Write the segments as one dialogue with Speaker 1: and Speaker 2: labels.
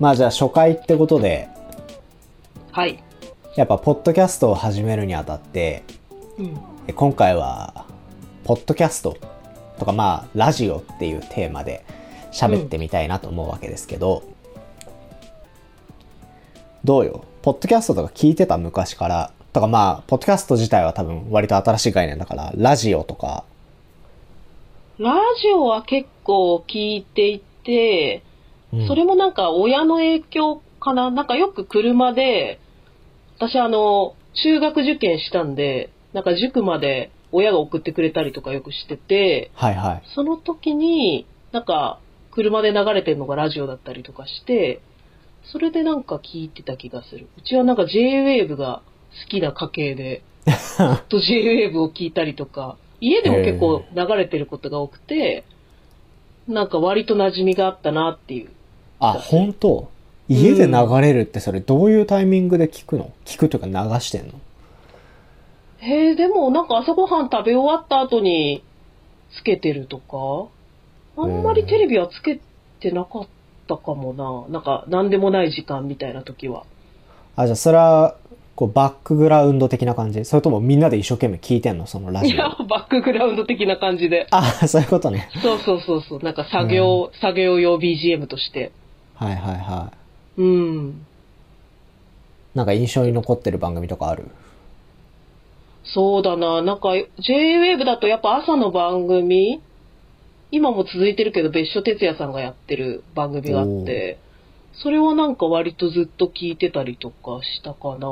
Speaker 1: まあじゃあ初回ってことで、
Speaker 2: はい。
Speaker 1: やっぱポッドキャストを始めるにあたって、
Speaker 2: うん。
Speaker 1: え今回は、ポッドキャストとかまあラジオっていうテーマで喋ってみたいなと思うわけですけど、どうよポッドキャストとか聞いてた昔から、とかまあ、ポッドキャスト自体は多分割と新しい概念だから、ラジオとか、
Speaker 2: ラジオは結構聞いていて、
Speaker 1: うん
Speaker 2: それもなんか親の影響かななんかよく車で、私あの、中学受験したんで、なんか塾まで親が送ってくれたりとかよくしてて、
Speaker 1: はいはい。
Speaker 2: その時に、なんか、車で流れてるのがラジオだったりとかして、それでなんか聞いてた気がする。うちはなんか J-Wave が好きな家系で、ずっと J-Wave を聞いたりとか、家でも結構流れてることが多くて、なんか割と馴染みがあったなっていう。
Speaker 1: あ、本当家で流れるってそれどういうタイミングで聞くの聞くというか流してんの
Speaker 2: へえ、でもなんか朝ごはん食べ終わった後につけてるとか、あんまりテレビはつけてなかったかもな。なんか何でもない時間みたいな時は。
Speaker 1: あ、じゃあそれは、こう、バックグラウンド的な感じそれともみんなで一生懸命聞いてんのそのラ
Speaker 2: い
Speaker 1: ジ
Speaker 2: や、
Speaker 1: オ。
Speaker 2: バックグラウンド的な感じで。
Speaker 1: あ、そういうことね。
Speaker 2: そうそうそうそう。なんか作業、作業用 BGM として。
Speaker 1: はいはいはい。
Speaker 2: うん。
Speaker 1: なんか印象に残ってる番組とかある
Speaker 2: そうだな。なんか J-Wave だとやっぱ朝の番組、今も続いてるけど別所哲也さんがやってる番組があって、それはなんか割とずっと聞いてたりとかしたかな。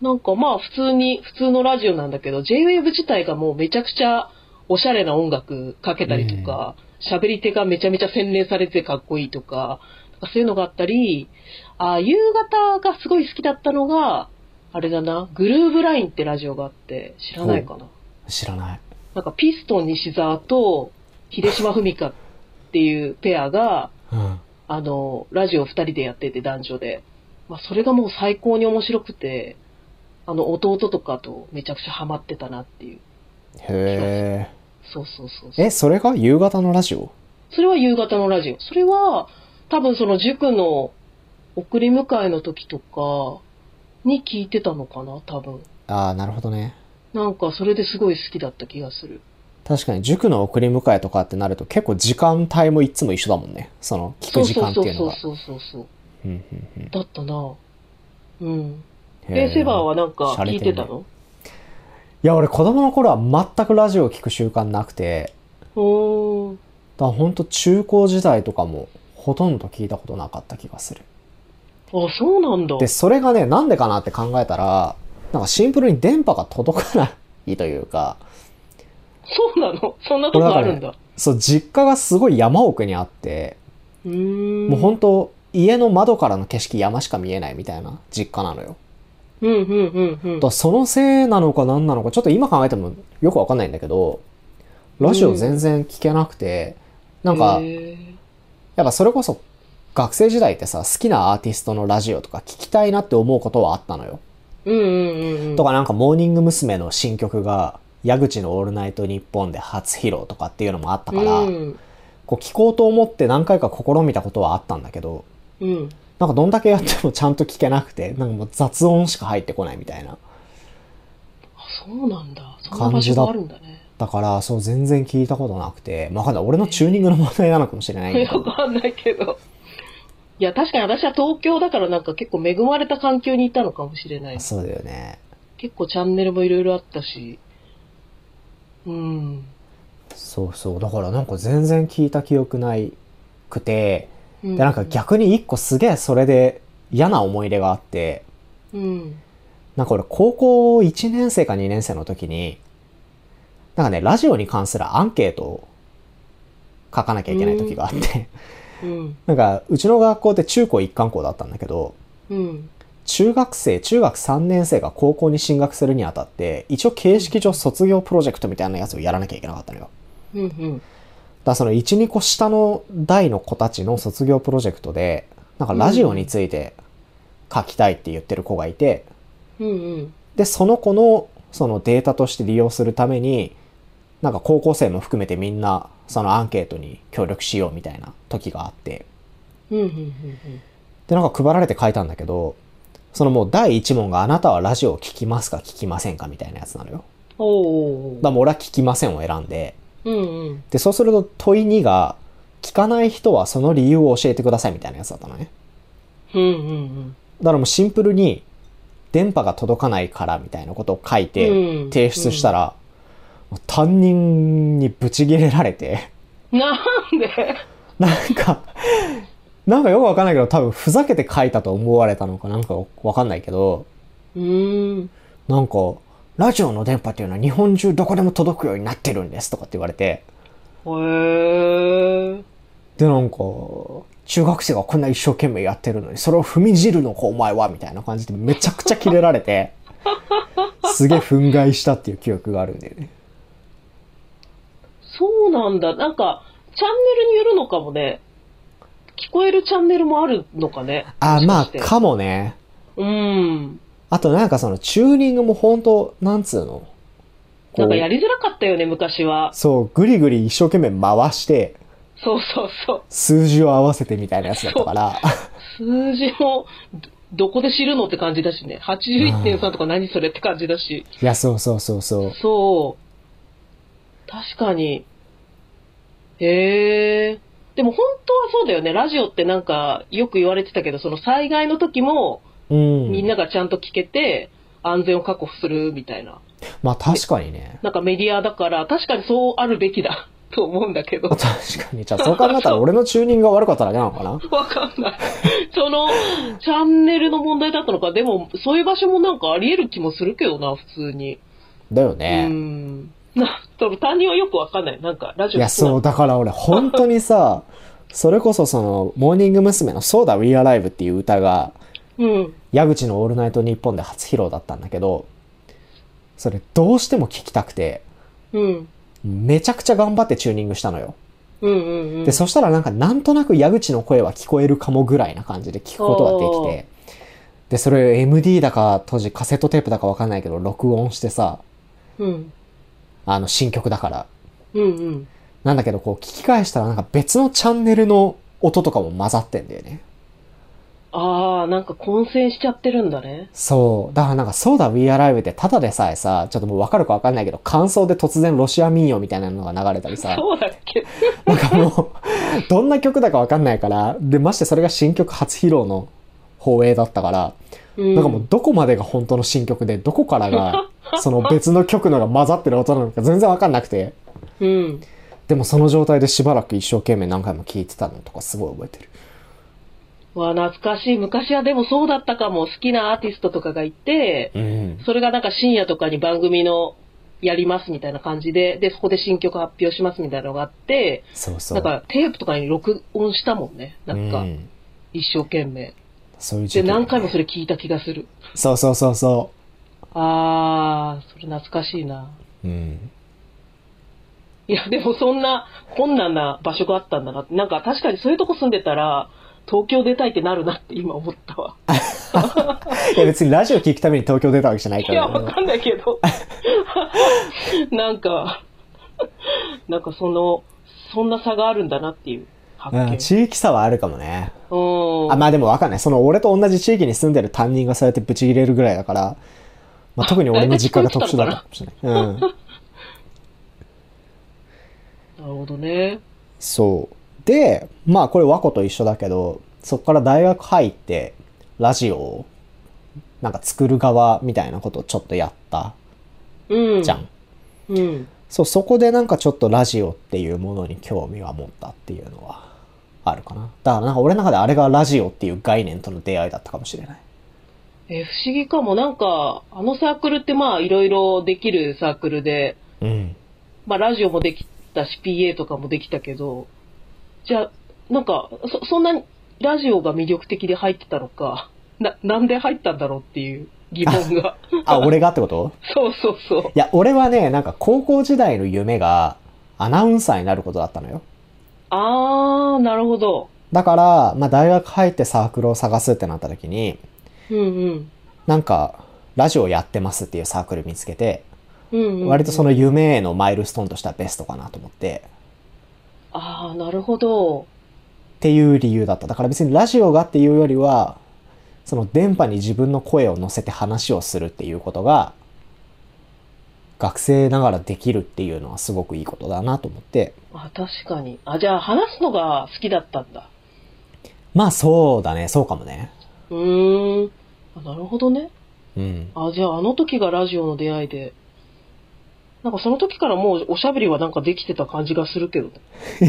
Speaker 2: なんかまあ普通に、普通のラジオなんだけど、J-Wave 自体がもうめちゃくちゃおしゃれな音楽かけたりとか、喋、り手がめちゃめちゃ洗練されてかっこいいとか、なんかそういうのがあったり、あー夕方がすごい好きだったのが、あれだな、グルーブラインってラジオがあって、知らないかな。
Speaker 1: 知らない。
Speaker 2: なんかピストン西沢と秀島文香っていうペアが、
Speaker 1: うん。
Speaker 2: あの、ラジオ二人でやってて男女で。まあそれがもう最高に面白くて、あの弟とかとめちゃくちゃハマってたなっていう。
Speaker 1: へ
Speaker 2: そうそうそうそ
Speaker 1: え。
Speaker 2: う。
Speaker 1: え、それが夕方のラジオ
Speaker 2: それは夕方のラジオ。それは多分その塾の送り迎えの時とかに聞いてたのかな、多分。
Speaker 1: あーなるほどね。
Speaker 2: なんかそれですごい好きだった気がする。
Speaker 1: 確かに塾の送り迎えとかってなると結構時間帯もいつも一緒だもんね。その、聞
Speaker 2: そ
Speaker 1: く
Speaker 2: う
Speaker 1: 時
Speaker 2: そう
Speaker 1: 間って
Speaker 2: そう
Speaker 1: いうの
Speaker 2: そう
Speaker 1: が。
Speaker 2: そうそうそう。
Speaker 1: うんうんうん
Speaker 2: だったなうん。
Speaker 1: へ
Speaker 2: え
Speaker 1: ー
Speaker 2: セバーはなんか
Speaker 1: 洒
Speaker 2: 聞
Speaker 1: 落
Speaker 2: い
Speaker 1: てるね
Speaker 2: てたの
Speaker 1: いや、俺子供の頃は全くラジオを聞く習慣なくて、
Speaker 2: おー。
Speaker 1: だからほんと中高時代とかもほとんど聞いたことなかった気がする。
Speaker 2: あ、そうなんだ。
Speaker 1: で、それがね、なんでかなって考えたら、なんかシンプルに電波が届かないというか、
Speaker 2: そうなのそんなとこあるんだ。
Speaker 1: そう、実家がすごい山奥にあって、
Speaker 2: うーん。
Speaker 1: もうほんと家の窓からの景色山しか見えないみたいな実家なのよ。
Speaker 2: うんうんうんう
Speaker 1: だ
Speaker 2: ん
Speaker 1: か。らそのせいなのか何なのか、ちょっと今考えてもよくわかんないんだけど、ラジオ全然聞けなくて、なんか、
Speaker 2: へ
Speaker 1: やっぱそれこそ学生時代ってさ、好きなアーティストのラジオとか聞きたいなって思うことはあったのよ。
Speaker 2: ー、うんうんうんうん。
Speaker 1: とかなんかモーニング娘。の新曲が矢口の「オールナイトニッポン」で初披露とかっていうのもあったから、
Speaker 2: うん。
Speaker 1: こう聞こうと思って何回か試みたことはあったんだけど、
Speaker 2: うん。
Speaker 1: なんかどんだけやってもちゃんと聞けなくて、なんかもう雑音しか入ってこないみたいな。
Speaker 2: あ、そうなんだ。そんな場所があるんだね。
Speaker 1: だから、そう全然聞いたことなくて、まあわかんない。俺のチューニングの問題なのかもしれない
Speaker 2: い
Speaker 1: け
Speaker 2: や、わ
Speaker 1: ど。
Speaker 2: かんないけど。いや、確かに私は東京だからなんか結構恵まれた環境にいたのかもしれない。
Speaker 1: そうだよね。
Speaker 2: 結構チャンネルもいろいろあったし。うん。
Speaker 1: そうそう。だからなんか全然聞いた記憶ないくて、
Speaker 2: で
Speaker 1: で、なんか逆に一個すげえそれで嫌な思い出があって、
Speaker 2: うん。
Speaker 1: なんか俺高校1年生か2年生の時に、なんかね、ラジオに関するアンケートを書かなきゃいけない時があって、
Speaker 2: うん。
Speaker 1: なんかうちの学校って中高一貫校だったんだけど、
Speaker 2: うん。
Speaker 1: 中学生、中学3年生が高校に進学するにあたって、一応形式上卒業プロジェクトみたいなやつをやらなきゃいけなかったのよ。
Speaker 2: うん。うん。
Speaker 1: だからその1、2個下の代の子たちの卒業プロジェクトで、なんかラジオについて書きたいって言ってる子がいて、
Speaker 2: うん。うん。
Speaker 1: で、その子のそのデータとして利用するために、なんか高校生も含めてみんなそのアンケートに協力しようみたいな時があって、
Speaker 2: うんうんうんうん。
Speaker 1: で、なんか配られて書いたんだけど、そのもう第1問があなたはラジオを聞きますか聞きませんかみたいなやつなのよ。
Speaker 2: お
Speaker 1: だから
Speaker 2: ー。
Speaker 1: もう俺は聞きませんを選んで、
Speaker 2: うんうん。
Speaker 1: で、そうすると問い2が、聞かない人はその理由を教えてくださいみたいなやつだったのね。
Speaker 2: うんうん
Speaker 1: だからもうシンプルに、電波が届かないからみたいなことを書い
Speaker 2: うん。
Speaker 1: て、
Speaker 2: うん
Speaker 1: 提出した。ら、もう担任にブチギレられて、
Speaker 2: うんなんで
Speaker 1: なんか、なんかよくわかんないけど、多分ふざけて書いたと思われたのかなんかわかんないけど、
Speaker 2: うーん。
Speaker 1: なんか、ラジオの電波っていうのは日本中どこでも届くようになってるんですとかって言われて、
Speaker 2: へえ。
Speaker 1: で、なんか、中学生がこんな一生懸命やってるのに、それを踏みにじるのか、お前はみたいな感じでめちゃくちゃキレられ て、すげえ憤慨したっていう記憶があるんだよね。
Speaker 2: そうなんだ。なんか、チャンネルによるのかもね。聞こえるチャンネルもあるのかね。
Speaker 1: あ、
Speaker 2: も
Speaker 1: まあ、
Speaker 2: しして
Speaker 1: かもね。
Speaker 2: うん。
Speaker 1: あとなんかそのチューニングも本当なんつうのこ
Speaker 2: な
Speaker 1: う
Speaker 2: んかやりづらかったよね、昔は。
Speaker 1: そう、ぐりぐり一生懸命回して、
Speaker 2: そうそうそう。
Speaker 1: 数字を合わせてみたいなやつだった から、
Speaker 2: 数字もど、どこで知るのって感じだしね。81.3とか何それって感じだし。
Speaker 1: いや、そうそうそうそう。
Speaker 2: そう。確かに。へえ。でも本当はそうだよね。ラジオってなんかよく言われてたけど、その災害の時も
Speaker 1: うん。
Speaker 2: みんながちゃんと聞けて安全を確保するみたいな。
Speaker 1: まあ確かにね。
Speaker 2: なんかメディアだから確かにそうあるべきだ と思うんだけど
Speaker 1: まあ。確かに。じゃあそう考えたら俺のチューニングが悪かっただけなのかな
Speaker 2: わかんない。その、チャンネルの問題だったのか、でも、そういう場所もなんかあり得る気もするけどな、普通に。
Speaker 1: だよ
Speaker 2: う
Speaker 1: ね。
Speaker 2: ん。な、多分担任はよくわかんない。なんか、ラジオ
Speaker 1: いや、
Speaker 2: う。
Speaker 1: そう、だから俺本当に さ、それこそその、モーニング娘。のそうだ We Are Live っていう歌が、
Speaker 2: うん。
Speaker 1: 矢口のオールナイトニッポンで初披露だったんだけど、それどうしても聞きたくて、
Speaker 2: うん。
Speaker 1: めちゃくちゃ頑張ってチューニングしたのよ。
Speaker 2: うんうんうん。
Speaker 1: で、そしたらなんかなんとなく矢口の声は聞こえるかもぐらいな感じで聞くことができて、で、それ MD だか当時カセットテープだかわかんないけど録音してさ、
Speaker 2: うん。
Speaker 1: あの新曲だから。
Speaker 2: うんうん。
Speaker 1: なんだけどこう聞き返したらなんか別のチャンネルの音とかも混ざってんだよね。
Speaker 2: あー、なんか混戦しちゃってるんだね。
Speaker 1: そう。だからなんかそうだ We Are Live ってただでさえさ、ちょっともうわかるかわかんないけど感想で突然ロシア民謡みたいなのが流れたりさ、
Speaker 2: そうだっけ
Speaker 1: なんかもうどんな曲だかわかんないから、で、ましてそれが新曲初披露の放映だったから、
Speaker 2: うん。
Speaker 1: なんかもうどこまでが本当の新曲で、どこからがその別の曲のが混ざってる音なのか全然わかんなくて。
Speaker 2: うん。
Speaker 1: でもその状態でしばらく一生懸命何回も聴いてたのとかすごい覚えてる。
Speaker 2: わ、懐かしい。昔はでもそうだったかも。好きなアーティストとかがいて、
Speaker 1: うん。
Speaker 2: それがなんか深夜とかに番組のやりますみたいな感じで、で、そこで新曲発表しますみたいなのがあって、
Speaker 1: そうそう。
Speaker 2: なんかテープとかに録音したもんね。なん
Speaker 1: う
Speaker 2: か、
Speaker 1: ん
Speaker 2: 一生懸命。
Speaker 1: そういう時
Speaker 2: で、
Speaker 1: 期だよね
Speaker 2: 何回もそれ聞いた気がする。
Speaker 1: そうそうそうそ
Speaker 2: あー、それ懐かしいな。
Speaker 1: う。うん。
Speaker 2: いや、でもそんな困難な場所があったんだなって。なんか確かにそういうとこ住んでたら、東京出たいってなるなって今思ったわ。
Speaker 1: いや別にラジオ聴くために東京出たわけじゃない
Speaker 2: い
Speaker 1: か
Speaker 2: や、
Speaker 1: ら、
Speaker 2: わかんないけど。 なんか、なんかその、そんな差があるんだなっていう発
Speaker 1: う
Speaker 2: 見。
Speaker 1: ん、地域差はあるかもね。
Speaker 2: うん。
Speaker 1: あ、まあでもわかんない。その俺と同じ地域に住んでる担任がそうやってブチ切れるぐらいだから、まあ特に俺の実家が特殊だったかもしれない。うん。
Speaker 2: なるほどね。
Speaker 1: そう。で、まあこれ和子と一緒だけど、そこから大学入って、ラジオを、なんか作る側みたいなことをちょっとやった
Speaker 2: うん。
Speaker 1: じゃん。
Speaker 2: うん。
Speaker 1: そう、そこでなんかちょっとラジオっていうものに興味は持ったっていうのはあるかな。だからなんか俺の中であれがラジオっていう概念との出会いだったかもしれない。
Speaker 2: えー不思議かも。なんか、あのサークルってまあ、いろいろできるサークルで、
Speaker 1: うん。
Speaker 2: まあ、ラジオもできたし、PA とかもできたけど、じゃあ、なんか、そ、そんなにラジオが魅力的で入ってたのか、な、なんで入ったんだろうっていう疑問 が。
Speaker 1: あ、俺がってこと
Speaker 2: そうそうそ
Speaker 1: い
Speaker 2: う。
Speaker 1: や、俺はね、なんか高校時代の夢がアナウンサーになることだったのよ。
Speaker 2: あー、なるほど。
Speaker 1: だから、まあ大学入ってサークルを探すってなった時に、
Speaker 2: うんうん。
Speaker 1: なんか、ラジオやってますっていうサークル見つけて、
Speaker 2: うんうんうん、
Speaker 1: 割とその夢へのマイルストーンとしてはベストかなと思って、
Speaker 2: ああなるほど
Speaker 1: っていう理由だった。だから別にラジオがっていうよりは、その電波に自分の声を乗せて話をするっていうことが、学生ながらできるっていうのはすごくいいことだなと思って。
Speaker 2: あ、確かに。あ、じゃあ話すのが好きだったんだ。
Speaker 1: まあそうだね、そうかもね。
Speaker 2: うーん。あなるほどね。
Speaker 1: うん。
Speaker 2: あ、じゃああの時がラジオの出会いで。なんかその時からもうおしゃべりはなんかできてた感じがするけど、
Speaker 1: い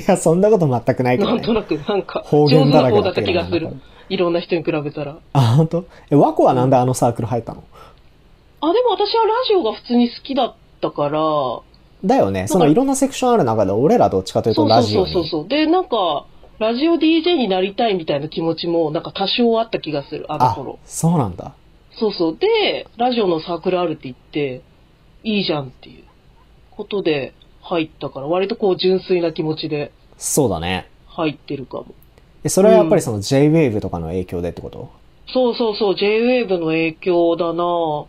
Speaker 1: や、そんなこと全くないけ
Speaker 2: な
Speaker 1: ど
Speaker 2: ん
Speaker 1: ね
Speaker 2: と。なくなんか
Speaker 1: 方
Speaker 2: 上手
Speaker 1: 言だ
Speaker 2: な
Speaker 1: らけだ
Speaker 2: 方だ
Speaker 1: っ
Speaker 2: ったた
Speaker 1: け
Speaker 2: 気
Speaker 1: ど
Speaker 2: がする。いろんな人に比べたら。
Speaker 1: あ、本当？え、和子はなんであのサークル入ったの
Speaker 2: あ、でも私はラジオが普通に好きだったから、
Speaker 1: だよね。そのいろんなセクションある中で、俺らどっちかという
Speaker 2: そ
Speaker 1: と
Speaker 2: う
Speaker 1: ラジ
Speaker 2: そ
Speaker 1: オ
Speaker 2: うそう
Speaker 1: に。
Speaker 2: そう。で、なんか、ラジオ DJ になりたいみたいな気持ちも、なんか多少あった気がする、あの
Speaker 1: あ
Speaker 2: 頃。、
Speaker 1: そうなんだ。
Speaker 2: そうそう。で、ラジオのサークルあるって言って、いいじゃんっていうことで入ったから、割とこう純粋な気持ちで
Speaker 1: そうだね。
Speaker 2: 入ってるかも。
Speaker 1: えそれはやっぱりその J-Wave とかの影響でってこと
Speaker 2: そうそうそう、JWAVE の影響だなぁ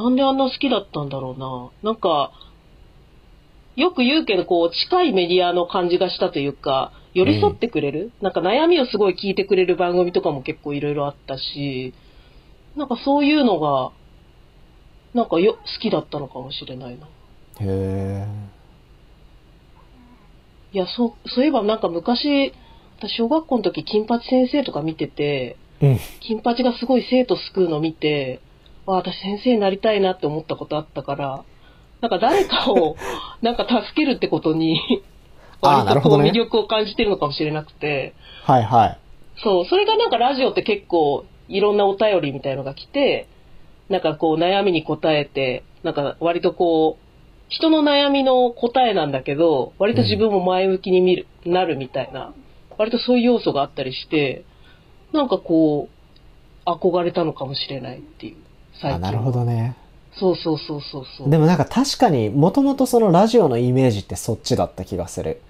Speaker 2: なんであんな好きだったんだろうななんか、よく言うけど、こう、近いメディアの感じがしたというか、寄り添ってくれる、なんか悩みをすごい聞いてくれる番組とかも結構いろいろあったし、なんかそういうのが、なんかよ、好きだったのかもしれないな。
Speaker 1: へ
Speaker 2: いや、そう、そういえばなんか昔、私小学校の時、金八先生とか見てて、
Speaker 1: え。うん。
Speaker 2: 金八がすごい生徒救うの見て、わあ、私先生になりたいなって思ったことあったから、なんか誰 かを、なんか助けるってことに、
Speaker 1: あー
Speaker 2: 割
Speaker 1: なる
Speaker 2: と
Speaker 1: ほ
Speaker 2: こ
Speaker 1: ど
Speaker 2: う
Speaker 1: ね
Speaker 2: 魅力を感じてるのかもしれなくて、
Speaker 1: はいはい。
Speaker 2: そう、それがなんかラジオって結構いろんなお便りみたいのが来て、なんかこう悩みに答えて、なんか割とこう、人の悩みの答えなんだけど、割と自分も前向きに見る、なるみたいな、割とそういう要素があったりして、なんかこう、憧れたのかもしれないっていう、
Speaker 1: あ、なるほどね。
Speaker 2: そうそうそうそうそう。
Speaker 1: でもなんか確かにもともとそのラジオのイメージってそっちだった気がする。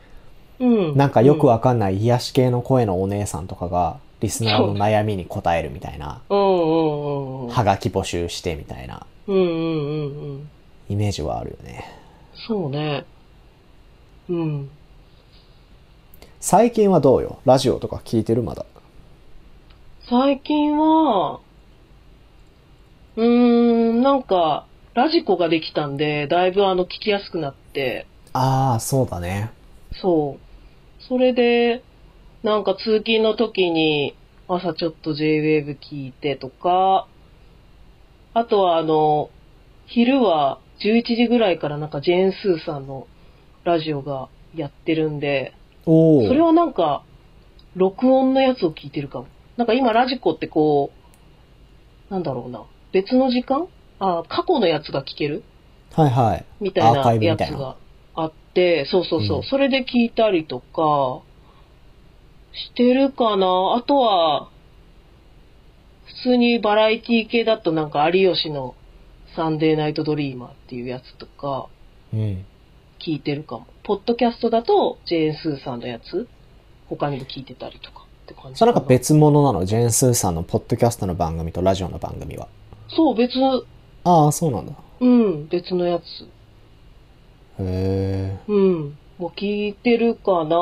Speaker 2: うん。
Speaker 1: なんかよくわかんない癒し系の声のお姉さんとかが、リスナーの悩みに答えるみたいな、
Speaker 2: うんうんうんうん。
Speaker 1: はがき募集してみたいな
Speaker 2: うんうんうんうん。
Speaker 1: イメージはあるよね。
Speaker 2: そうね。うん。
Speaker 1: 最近はどうよラジオとか聞いてるまだ。
Speaker 2: 最近は、うーん、なんか、ラジコができたんで、だいぶあの、聞きやすくなって、
Speaker 1: ああ、そうだね。
Speaker 2: そう。それで、なんか通勤の時に、朝ちょっと JWAVE 聞いてとか、あとはあの、昼は11時ぐらいからなんかジェーンスーさんのラジオがやってるんで、
Speaker 1: おお。
Speaker 2: それはなんか、録音のやつを聞いてるかも。なんか今ラジコってこう、なんだろうな、別の時間あ、過去のやつが聞ける
Speaker 1: はいはい。
Speaker 2: みたい
Speaker 1: アーカイ
Speaker 2: な
Speaker 1: ブみ
Speaker 2: やつ
Speaker 1: たいな
Speaker 2: があって、そうそうそう、
Speaker 1: うん
Speaker 2: それで聞いたりとか、してるかなあとは、普通にバラエティ系だとなんか有吉のサンデーナイトドリーマーっていうやつとか
Speaker 1: うん。
Speaker 2: 聞いてるかも。ポッドキャストだとジェーンスーさんのやつ、他にも聞いてたりとかって感じ
Speaker 1: そ
Speaker 2: か
Speaker 1: れ
Speaker 2: な。
Speaker 1: なんか別物なのジェーン・スーさんのポッドキャストの番組とラジオの番組は。
Speaker 2: そう、別、
Speaker 1: ああ、そうなんだ。
Speaker 2: うん、別のやつ。
Speaker 1: へえ。
Speaker 2: うん。もう聞いてるかな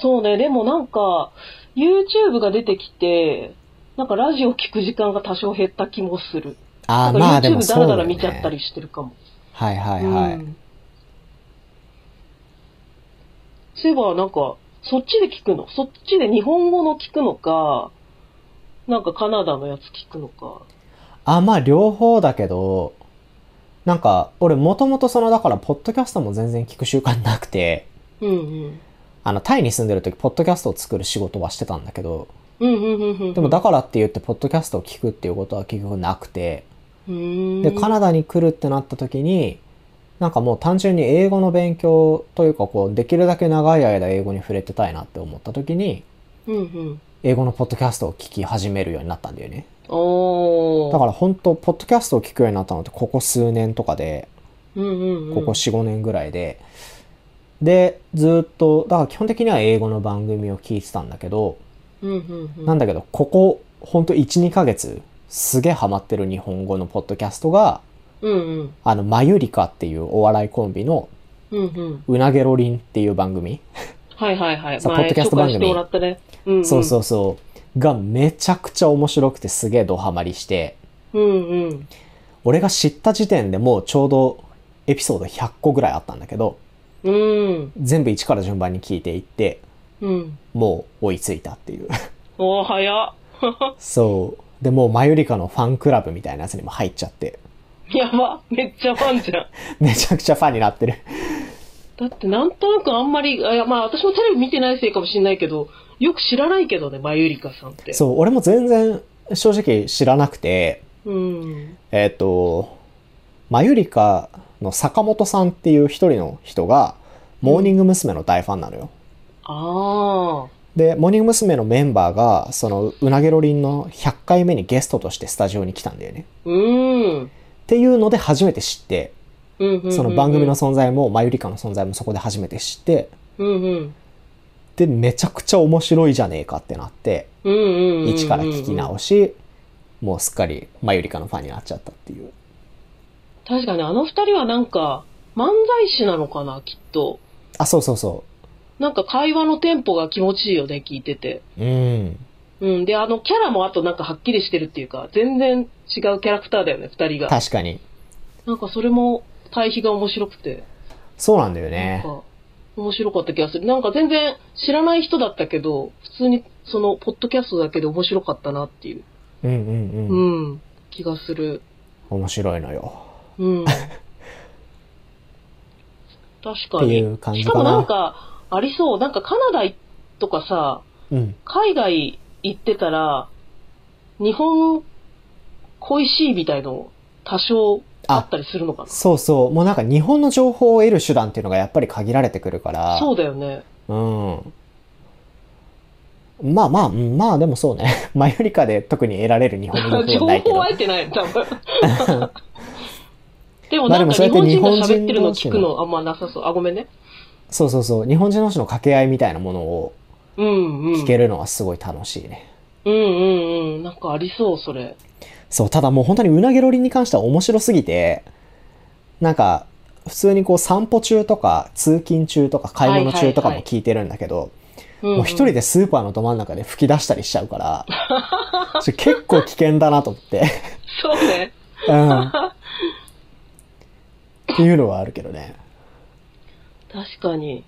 Speaker 2: そうね、でもなんか、YouTube が出てきて、なんかラジオ聞く時間が多少減った気もする。
Speaker 1: ああ、ま
Speaker 2: な
Speaker 1: あ
Speaker 2: んか
Speaker 1: でも
Speaker 2: YouTube だ
Speaker 1: そう
Speaker 2: ら
Speaker 1: だ
Speaker 2: だ
Speaker 1: よ
Speaker 2: ら
Speaker 1: ね。
Speaker 2: 見ちゃったりしてるかも。
Speaker 1: はいはいはい。
Speaker 2: うんそういえばなんか、そっちで聞くのそっちで日本語の聞くのか、なんかカナダのやつ聞くのか。
Speaker 1: あ、まあ両方だけど、なんか俺もともとそのだからポッドキャストも全然聞く習慣なくて、
Speaker 2: うんうん。
Speaker 1: あのタイに住んでる時ポッドキャストを作る仕事はしてたんだけど、
Speaker 2: うんうんうんうん。
Speaker 1: でもだからって言ってポッドキャストを聞くっていうことは結局なくて、
Speaker 2: うーん、
Speaker 1: でカナダに来るってなった時になんかもう単純に英語の勉強というかこうできるだけ長い間英語に触れてたいなって思った時に
Speaker 2: うんうん。
Speaker 1: 英語のポッドキャストを聞き始めるようになったんだよね
Speaker 2: おー。
Speaker 1: だから本当ポッドキャストを聞くようになったのってここ数年とかで
Speaker 2: うんうんうん、
Speaker 1: ここ45年ぐらいで、でずっとだから基本的には英語の番組を聞いてたんだけど
Speaker 2: うんうんうん、
Speaker 1: なんだけどここ本当12ヶ月すげえハマってる日本語のポッドキャストが
Speaker 2: うんうん
Speaker 1: あのマユリカっていうお笑いコンビの
Speaker 2: うんうん
Speaker 1: うなげろりんっていう番組
Speaker 2: はいはいはい。
Speaker 1: さポッドキャスト番組
Speaker 2: 紹介してもらったね。うん、うん。
Speaker 1: そうそうそう。がめちゃくちゃ面白くてすげえドハマりして、
Speaker 2: う。うんうん。
Speaker 1: 俺が知った時点でもうちょうどエピソード100個ぐらいあったんだけど、
Speaker 2: うん。
Speaker 1: 全部一から順番に聞いていって、
Speaker 2: うん。
Speaker 1: もう追いついたっていう。
Speaker 2: おー、早っ。
Speaker 1: そう。で、もうマユリカのファンクラブみたいなやつにも入っちゃって、
Speaker 2: やば。めっちゃファンじゃん。
Speaker 1: めちゃくちゃファンになってる。
Speaker 2: だってなんとなくあんまり、あいやまあ私もテレビ見てないせいかもしれないけど、よく知らないけどね、マユリカさんって。
Speaker 1: そう、俺も全然正直知らなくて、
Speaker 2: うん。
Speaker 1: えっ、と、マユリカの坂本さんっていう一人の人が、モーニング娘。の大ファンなのよ。
Speaker 2: ああ。
Speaker 1: で、モーニング娘。のメンバーが、その、うなげろりんの100回目にゲストとしてスタジオに来たんだよね。
Speaker 2: うん。
Speaker 1: っていうので初めて知って、
Speaker 2: うんうんうんうん
Speaker 1: その番組の存在も、マユリカの存在もそこで初めて知って、
Speaker 2: うんうん。
Speaker 1: で、めちゃくちゃ面白いじゃねえかってなって、
Speaker 2: うんうんうんうん。
Speaker 1: 一から聞き直し、もうすっかりマユリカのファンになっちゃったっていう。
Speaker 2: 確かにあの二人はなんか、漫才師なのかな、きっと。
Speaker 1: あ、そうそうそ
Speaker 2: なんか会話のテンポが気持ちいいよね、聞いてて。
Speaker 1: う。うん。
Speaker 2: うん。で、あの、キャラもあとなんかはっきりしてるっていうか、全然違うキャラクターだよね、二人が。
Speaker 1: 確かに。
Speaker 2: なんかそれも対比が面白くて。
Speaker 1: そうなんだよ
Speaker 2: なん
Speaker 1: ね。
Speaker 2: か、面白かった気がする。なんか全然知らない人だったけど、普通にその、ポッドキャストだけで面白かったなっていう、
Speaker 1: うんうん
Speaker 2: う
Speaker 1: うん。
Speaker 2: ん、気がする。
Speaker 1: 面白いのよ。
Speaker 2: うん。確か
Speaker 1: ってい
Speaker 2: に。
Speaker 1: う感じ
Speaker 2: し
Speaker 1: か
Speaker 2: か
Speaker 1: な
Speaker 2: もなんか、ありそう。なんかカナダとかさ、
Speaker 1: うん。
Speaker 2: 海外行ってたら、日本恋しいみたいの多少あったりするのかな。
Speaker 1: そうそう。もうなんか日本の情報を得る手段っていうのがやっぱり限られてくるから。
Speaker 2: そうだよね。
Speaker 1: うん。まあまあ、うんまあでもそうね。 マユリカで特に得られる日本の情
Speaker 2: 情
Speaker 1: 報は
Speaker 2: 報
Speaker 1: ないけど
Speaker 2: は。得てない、多分。 でもなんか日本人が喋ってるの聞くのあんまなさそう。あ、ごめんね。
Speaker 1: そうそうそう。日本人同士の掛け合いみたいなものを
Speaker 2: うんうん。
Speaker 1: 聞けるのはすごい楽しいね。
Speaker 2: うんうんうん。なんかありそう、それ。
Speaker 1: そう、ただもう本当にうなげろりんに関しては面白すぎて、なんか、普通にこう散歩中とか、通勤中とか、買い物中とかも聞いてるんだけど、
Speaker 2: うんん
Speaker 1: もう一人でスーパーのど真ん中で吹き出したりしちゃう から、それ結構危険だなと思って。
Speaker 2: そうね。
Speaker 1: うん。っていうのはあるけどね。
Speaker 2: 確かに。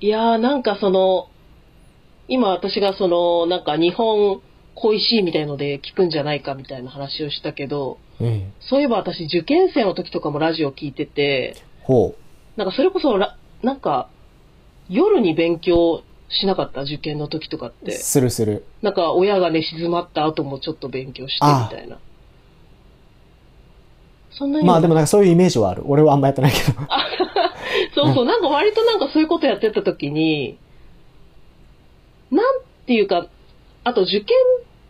Speaker 2: いやー、なんかその、今私がその、なんか日本恋しいみたいので聞くんじゃないかみたいな話をしたけど、
Speaker 1: うん。
Speaker 2: そういえば私受験生の時とかもラジオ聞いてて、
Speaker 1: ほ
Speaker 2: なんかそれこそラ、なんか、夜に勉強しなかった受験の時とかっ
Speaker 1: う。
Speaker 2: て。
Speaker 1: するする。
Speaker 2: なんか親が寝静まった後もちょっと勉強してみたいな。そんなに
Speaker 1: まあでもなんかそういうイメージはある。俺はあんまやってないけど。
Speaker 2: そうそう、なんか割となんかそういうことやってた時に、なんていうか、あと受験っ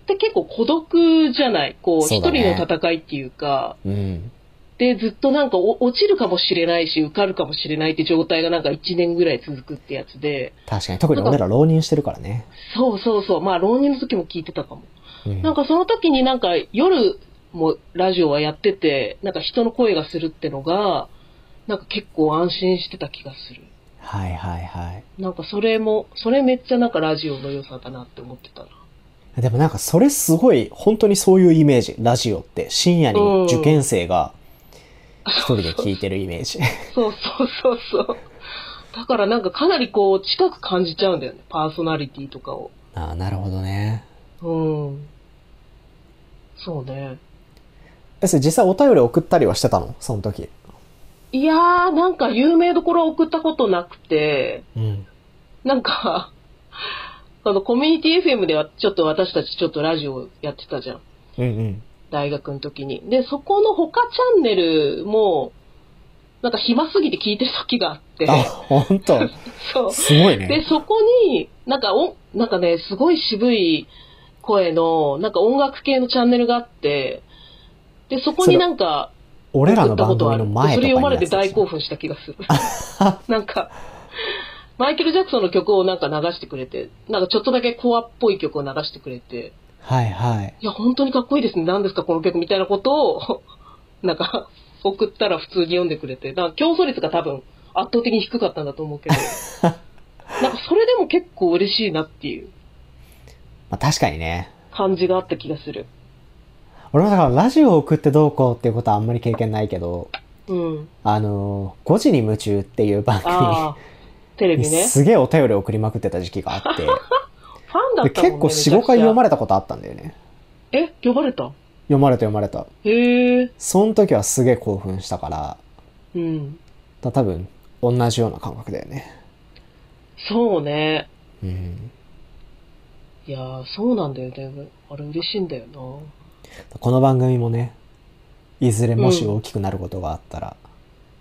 Speaker 2: て結構孤独じゃないこう、
Speaker 1: そ
Speaker 2: 一
Speaker 1: うだ
Speaker 2: 人
Speaker 1: ね
Speaker 2: の戦いっていうか、
Speaker 1: うん。
Speaker 2: で、ずっとなんかお落ちるかもしれないし、受かるかもしれないって状態がなんか1年ぐらい続くってやつで、
Speaker 1: 確かに。特に俺ら浪人してるからね。
Speaker 2: そうそうそう、まあ浪人の時も聞いてたかも。
Speaker 1: うん
Speaker 2: なんかその時になんか夜もラジオはやってて、なんか人の声がするってのが、なんか結構安心してた気がする。
Speaker 1: はいはいはい。
Speaker 2: なんかそれも、それめっちゃなんかラジオの良さだなって思ってたな。
Speaker 1: でもなんかそれすごい、本当にそういうイメージ。ラジオって深夜に受験生が一人で聞いてるイメージ。
Speaker 2: そうそうそうそう。だからなんかかなりこう近く感じちゃうんだよね。パーソナリティとかを。
Speaker 1: ああ、なるほどね。
Speaker 2: うん。そうね。
Speaker 1: えそれ実際お便り送ったりはしてたのその時。
Speaker 2: いやー、なんか有名どころは送ったことなくて、
Speaker 1: うん。
Speaker 2: なんか、あの、コミュニティ FM ではちょっと私たちちょっとラジオやってたじゃん。
Speaker 1: うんうん。
Speaker 2: 大学の時に。で、そこの他チャンネルも、なんか暇すぎて聞いてる時があって。
Speaker 1: あ、本当
Speaker 2: そう。
Speaker 1: すごい
Speaker 2: で
Speaker 1: ね。、
Speaker 2: そこに、なんかお、なんかね、すごい渋い声の、なんか音楽系のチャンネルがあって、で、そこになんか、
Speaker 1: 俺ら
Speaker 2: 送
Speaker 1: の
Speaker 2: ったこ
Speaker 1: 番
Speaker 2: とは
Speaker 1: 組の
Speaker 2: ある。
Speaker 1: 前
Speaker 2: そ
Speaker 1: とか
Speaker 2: れ
Speaker 1: に
Speaker 2: 読まれて
Speaker 1: やっ
Speaker 2: 大
Speaker 1: てた
Speaker 2: 興奮した気がする。なんか、マイケル・ジャクソンの曲をなんか流してくれて、なんかちょっとだけコアっぽい曲を流してくれて、
Speaker 1: はいはい。
Speaker 2: いや、本当にかっこいいですね。何ですか、この曲みたいなことを、なんか、送ったら普通に読んでくれて、なんか競争率が多分圧倒的に低かったんだと思うけど、なんかそれでも結構嬉しいなっていう
Speaker 1: まあ確かにね。
Speaker 2: 感じがあった気がする。
Speaker 1: 俺もだからラジオを送ってどうこうっていうことはあんまり経験ないけど、
Speaker 2: うん。
Speaker 1: あのー、5時に夢中っていう番
Speaker 2: ああ、テレ
Speaker 1: 組
Speaker 2: ビ
Speaker 1: に
Speaker 2: ね。
Speaker 1: すげえお便り送りまくってた時期があって、
Speaker 2: ファンだ
Speaker 1: で
Speaker 2: ったもんね。
Speaker 1: 結構4、5
Speaker 2: めちゃく
Speaker 1: 回
Speaker 2: ちゃ
Speaker 1: 読まれたことあったんだよね。
Speaker 2: え、呼ばれた
Speaker 1: 読まれた読まれた。
Speaker 2: へえ。
Speaker 1: その時はすげえ興奮したから、
Speaker 2: うん。
Speaker 1: だ多分同じような感覚だよね。
Speaker 2: そうね。
Speaker 1: うん。
Speaker 2: いやー、そうなんだよね。あれ嬉しいんだよな。
Speaker 1: この番組もね、いずれもし大きくなることがあったら、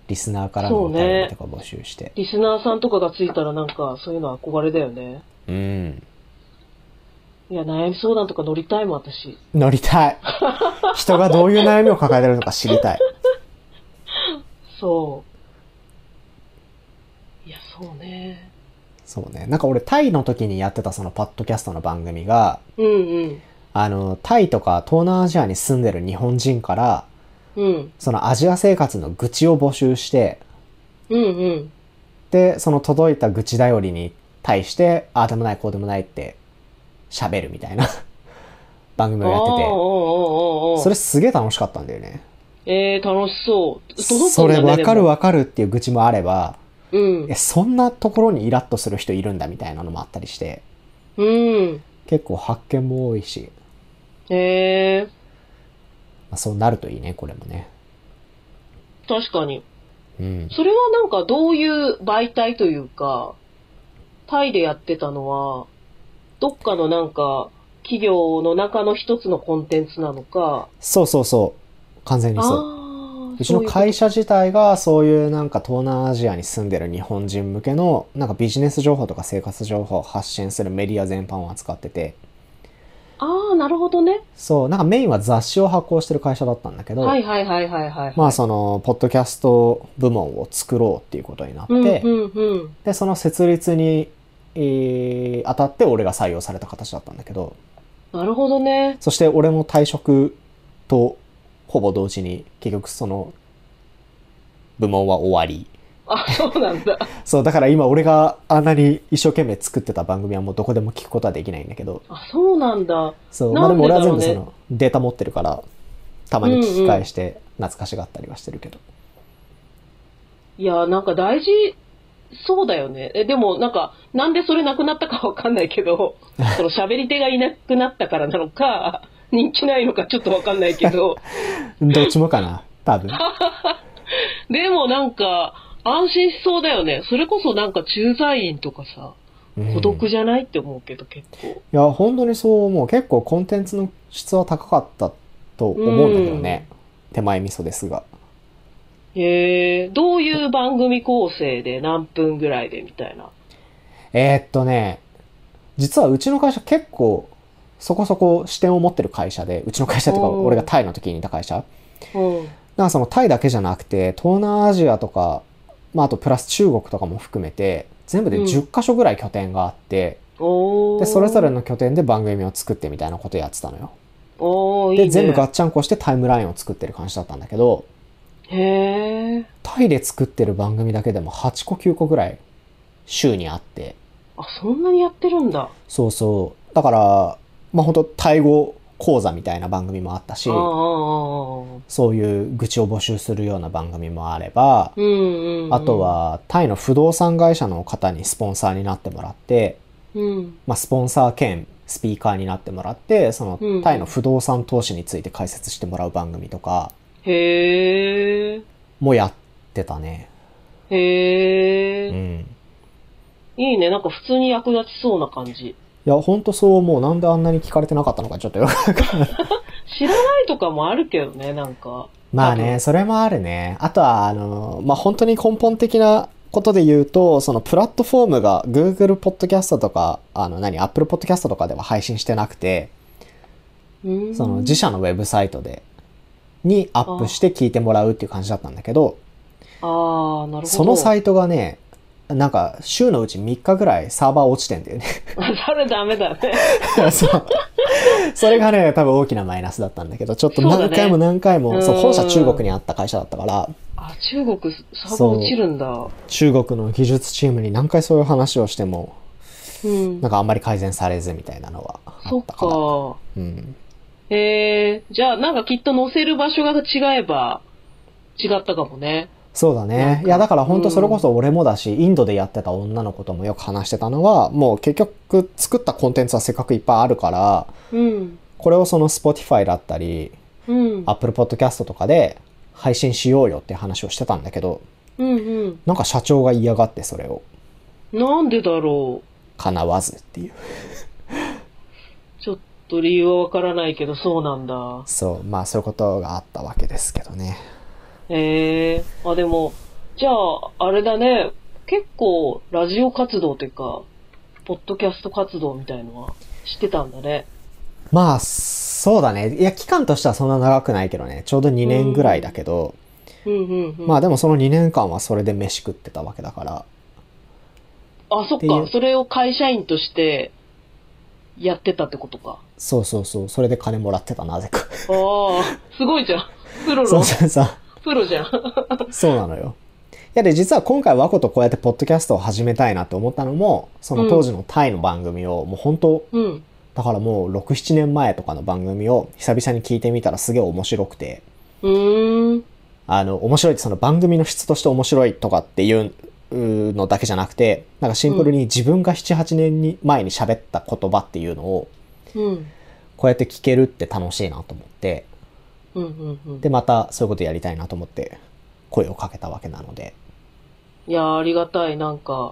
Speaker 1: リスナーからのお便りとか募集して。
Speaker 2: リスナーさんとかがついたらなんか、そういうの憧れだよね。
Speaker 1: うん。
Speaker 2: いや、悩み相談とか乗りたいもん、私。
Speaker 1: 乗りたい。人がどういう悩みを抱えてるのか知りたい。
Speaker 2: そう。いや、そうね。
Speaker 1: そうね。なんか俺、タイの時にやってたそのパッドキャストの番組が、
Speaker 2: うんうん。
Speaker 1: あの、タイとか東南アジアに住んでる日本人から、
Speaker 2: うん。
Speaker 1: そのアジア生活の愚痴を募集して、
Speaker 2: うんうん。
Speaker 1: で、その届いた愚痴頼りに対して、ああでもない、こうでもないって喋るみたいな 番組をや
Speaker 2: おー
Speaker 1: って
Speaker 2: おーおーおーお
Speaker 1: て、
Speaker 2: ー
Speaker 1: それすげえ楽しかったんだよね。
Speaker 2: えー、楽しそう。届く
Speaker 1: そ
Speaker 2: んだね
Speaker 1: れわか
Speaker 2: で
Speaker 1: る
Speaker 2: も
Speaker 1: わかるっていう愚痴もあれば、
Speaker 2: うん
Speaker 1: え、。そんなところにイラッとする人いるんだみたいなのもあったりして、
Speaker 2: うん。
Speaker 1: 結構発見も多いし、
Speaker 2: え
Speaker 1: まあ、そうなるといいね、これもね。
Speaker 2: ー、確かに。
Speaker 1: うん。
Speaker 2: それはなんかどういう媒体というか、タイでやってたのは、どっかのなんか、企業の中の一つのコンテンツなのか、
Speaker 1: そうそうそう。完全にそう。
Speaker 2: あー
Speaker 1: うちの会社自体がそういうなんか東南アジアに住んでる日本人向けのなんかビジネス情報とか生活情報を発信するメディア全般を扱ってて、
Speaker 2: そういうことあー、なるほどね。
Speaker 1: そう、なんかメインは雑誌を発行してる会社だったんだけど、
Speaker 2: はいはいはいはいはい。
Speaker 1: まあその、ポッドキャスト部門を作ろうっていうことになって、
Speaker 2: うんうんうん。
Speaker 1: で、その設立に、えー当たって俺が採用された形だったんだけど、
Speaker 2: なるほどね。
Speaker 1: そして俺も退職とほぼ同時に結局その部門は終わり。
Speaker 2: あ、そうなんだ。
Speaker 1: そう、だから今俺があんなに一生懸命作ってた番組はもうどこでも聞くことはできないんだけど、
Speaker 2: あ、そうなんだ。
Speaker 1: そう、ま
Speaker 2: な
Speaker 1: あで
Speaker 2: ん
Speaker 1: も
Speaker 2: で
Speaker 1: 俺
Speaker 2: だ
Speaker 1: は全
Speaker 2: ろう
Speaker 1: 部
Speaker 2: ね
Speaker 1: そのデータ持ってるから、たまに聞き返して懐かしがったりはしてるけど。
Speaker 2: いや、なんか大事そうだよね。え、でもなんか、なんでそれなくなったかわかんないけど、 その喋り手がいなくなったからなのか、人気ないのかちょっとわかんないけど、
Speaker 1: どっちもかな、多 分。
Speaker 2: でもなんか、安心しそうだよね。それこそなんか駐在員とかさ、
Speaker 1: うん
Speaker 2: 孤独じゃないって思うけど結構。
Speaker 1: いや、本当にそう思う。結構コンテンツの質は高かったと思うんだけどね。手前味噌ですが。
Speaker 2: へえ、どういう番組構成で何分ぐらいでみたいな。
Speaker 1: えーっとね、実はうちの会社結構そこそこ視点を持ってる会社で、うちの会社とか
Speaker 2: おー
Speaker 1: 俺がタイの時にいた会社。
Speaker 2: うん。
Speaker 1: なんかそのタイだけじゃなくて、東南アジアとか、まああとプラス中国とかも含めて、全部で
Speaker 2: うん
Speaker 1: 10カ所ぐらい拠点があって、
Speaker 2: おー
Speaker 1: で、それぞれの拠点で番組を作ってみたいなことやってたのよ。
Speaker 2: おーいい
Speaker 1: で、
Speaker 2: ね。
Speaker 1: 全部ガッチャンコしてタイムラインを作ってる感じだったんだけど、
Speaker 2: へえ。
Speaker 1: タイで作ってる番組だけでも8個9個ぐらい週にあって、
Speaker 2: あ、そんなにやってるんだ。
Speaker 1: そうそう。だから、まあ本当タイ語講座みたいな番組もあったし
Speaker 2: ああ、ああああ。
Speaker 1: そういう愚痴を募集するような番組もあれば、
Speaker 2: うんうんうん
Speaker 1: あと、はタイの不動産会社の方にスポンサーになってもらって、
Speaker 2: うん、
Speaker 1: まあ、スポンサー兼スピーカーになってもらって、その
Speaker 2: うん
Speaker 1: タイの不動産投資について解説してもらう番組とか
Speaker 2: へえ、
Speaker 1: もやってたね。
Speaker 2: へ
Speaker 1: う
Speaker 2: え、
Speaker 1: ん。
Speaker 2: いいね、なんか普通に役立ちそうな感じ。
Speaker 1: いや、ほんとそう思う。なんであんなに聞かれてなかったのかちょっとよ く
Speaker 2: 知らないとかもあるけどね、なんか。
Speaker 1: まあ
Speaker 2: 多
Speaker 1: ね、
Speaker 2: 分
Speaker 1: それもあるね。あとは、あの、まあ、本当に根本的なことで言うと、そのプラットフォームが Google Podcast とか、あの、何、Apple Podcast とかでは配信してなくて、
Speaker 2: うん
Speaker 1: その自社のウェブサイトで、にアップして聞いてもらうっていう感じだったんだけど、
Speaker 2: ああ、なるほど。
Speaker 1: そのサ
Speaker 2: イ
Speaker 1: イトがね、なんか週のうち3日ぐらいサーバー落ちてんだよね。
Speaker 2: それダメだね。
Speaker 1: そう。それがね、多分大きなマイナスだったんだけど、ちょっと
Speaker 2: そうだね
Speaker 1: 何回も何回も、そう
Speaker 2: うん
Speaker 1: 本社中国にあった会社だったから、
Speaker 2: あ、中国、サーバー落ちるんだ。
Speaker 1: 中国の技術チームに何回そういう話をしても、
Speaker 2: うん
Speaker 1: なん。かあんまり改善されずみたいなのはあ
Speaker 2: そ
Speaker 1: っ
Speaker 2: った
Speaker 1: かな。
Speaker 2: か。
Speaker 1: うん。
Speaker 2: えー、じゃあなんかきっと載せる場所が違えば、違ったかもね。
Speaker 1: そうだ
Speaker 2: なん
Speaker 1: ね。
Speaker 2: か
Speaker 1: いや、だから本当それこそ俺もだし、インドでやってた女の子ともよく話してたのは、もう結局作ったコンテンツはせっかくいっぱいあるから、
Speaker 2: うん。
Speaker 1: これをその Spotify だったり、
Speaker 2: うん。
Speaker 1: Apple Podcast とかで配信しようよって話をしてたんだけど、
Speaker 2: うんうん。
Speaker 1: なんか社長が嫌がってそれを
Speaker 2: なんでだろ
Speaker 1: 叶わずっていう。
Speaker 2: う。ちょっと理由はわからないけど、そうなんだ。
Speaker 1: そう、まあそういうことがあったわけですけどね。
Speaker 2: えー、あ、でも、じゃあ、あれだね。結構、ラジオ活動というか、ポッドキャスト活動みたいのはしてたんだね。
Speaker 1: まあ、そうだね。いや、期間としてはそんな長くないけどね。ちょうど2年ぐらいだけど、
Speaker 2: うんうんうん。
Speaker 1: まあでもその2年間はそれで飯食ってたわけだから、
Speaker 2: あ、そっ
Speaker 1: っていう
Speaker 2: か。それを会社員としてやってたってことか。
Speaker 1: そうそうそう、それで金もらってた、なぜか。
Speaker 2: ああ、すごいじゃん。プ ロ
Speaker 1: そ
Speaker 2: の
Speaker 1: う、そうそう。
Speaker 2: プロじゃん。
Speaker 1: そうなのよ。いやで、実は今回和子とこうやってポッドキャストを始めたいなって思ったのも、その当時のタイの番組を、もう本当、
Speaker 2: うん。
Speaker 1: だからもう6、7年前とかの番組を久々に聞いてみたらすげえ面白くて、
Speaker 2: うーん。
Speaker 1: あの、面白いってその番組の質として面白いとかっていううーのだけじゃなくて、なんかシンプルに自分が7、8年に前に喋った言葉っていうのを、
Speaker 2: うん。
Speaker 1: こうやって聞けるって楽しいなと思って、
Speaker 2: うんうんうん。
Speaker 1: で、またそういうことやりたいなと思って、声をかけたわけなので。
Speaker 2: いやー、ありがたい。なんか、